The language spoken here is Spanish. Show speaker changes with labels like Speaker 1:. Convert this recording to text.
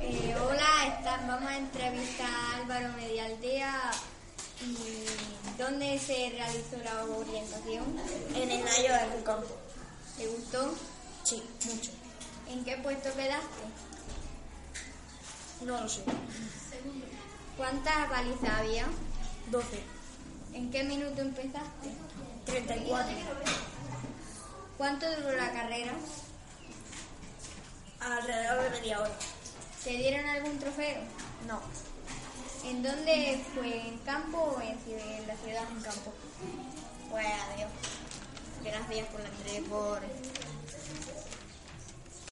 Speaker 1: Eh, programa entrevista a Álvaro Medialdea y ¿dónde se realizó la orientación?
Speaker 2: En el Nayo de Rincón.
Speaker 1: ¿Te gustó?
Speaker 2: Sí, mucho.
Speaker 1: ¿En qué puesto quedaste?
Speaker 2: No lo sé.
Speaker 1: ¿Cuántas balizas había?
Speaker 2: 12.
Speaker 1: ¿En qué minuto empezaste?
Speaker 2: 34.
Speaker 1: ¿Cuánto duró la carrera?
Speaker 2: Alrededor de media hora.
Speaker 1: ¿Te dieron algún trofeo?
Speaker 2: No,
Speaker 1: ¿En dónde fue? ¿En campo o en, ci- en la ciudad?
Speaker 2: en campo. Pues adiós. Gracias por la entrevista, por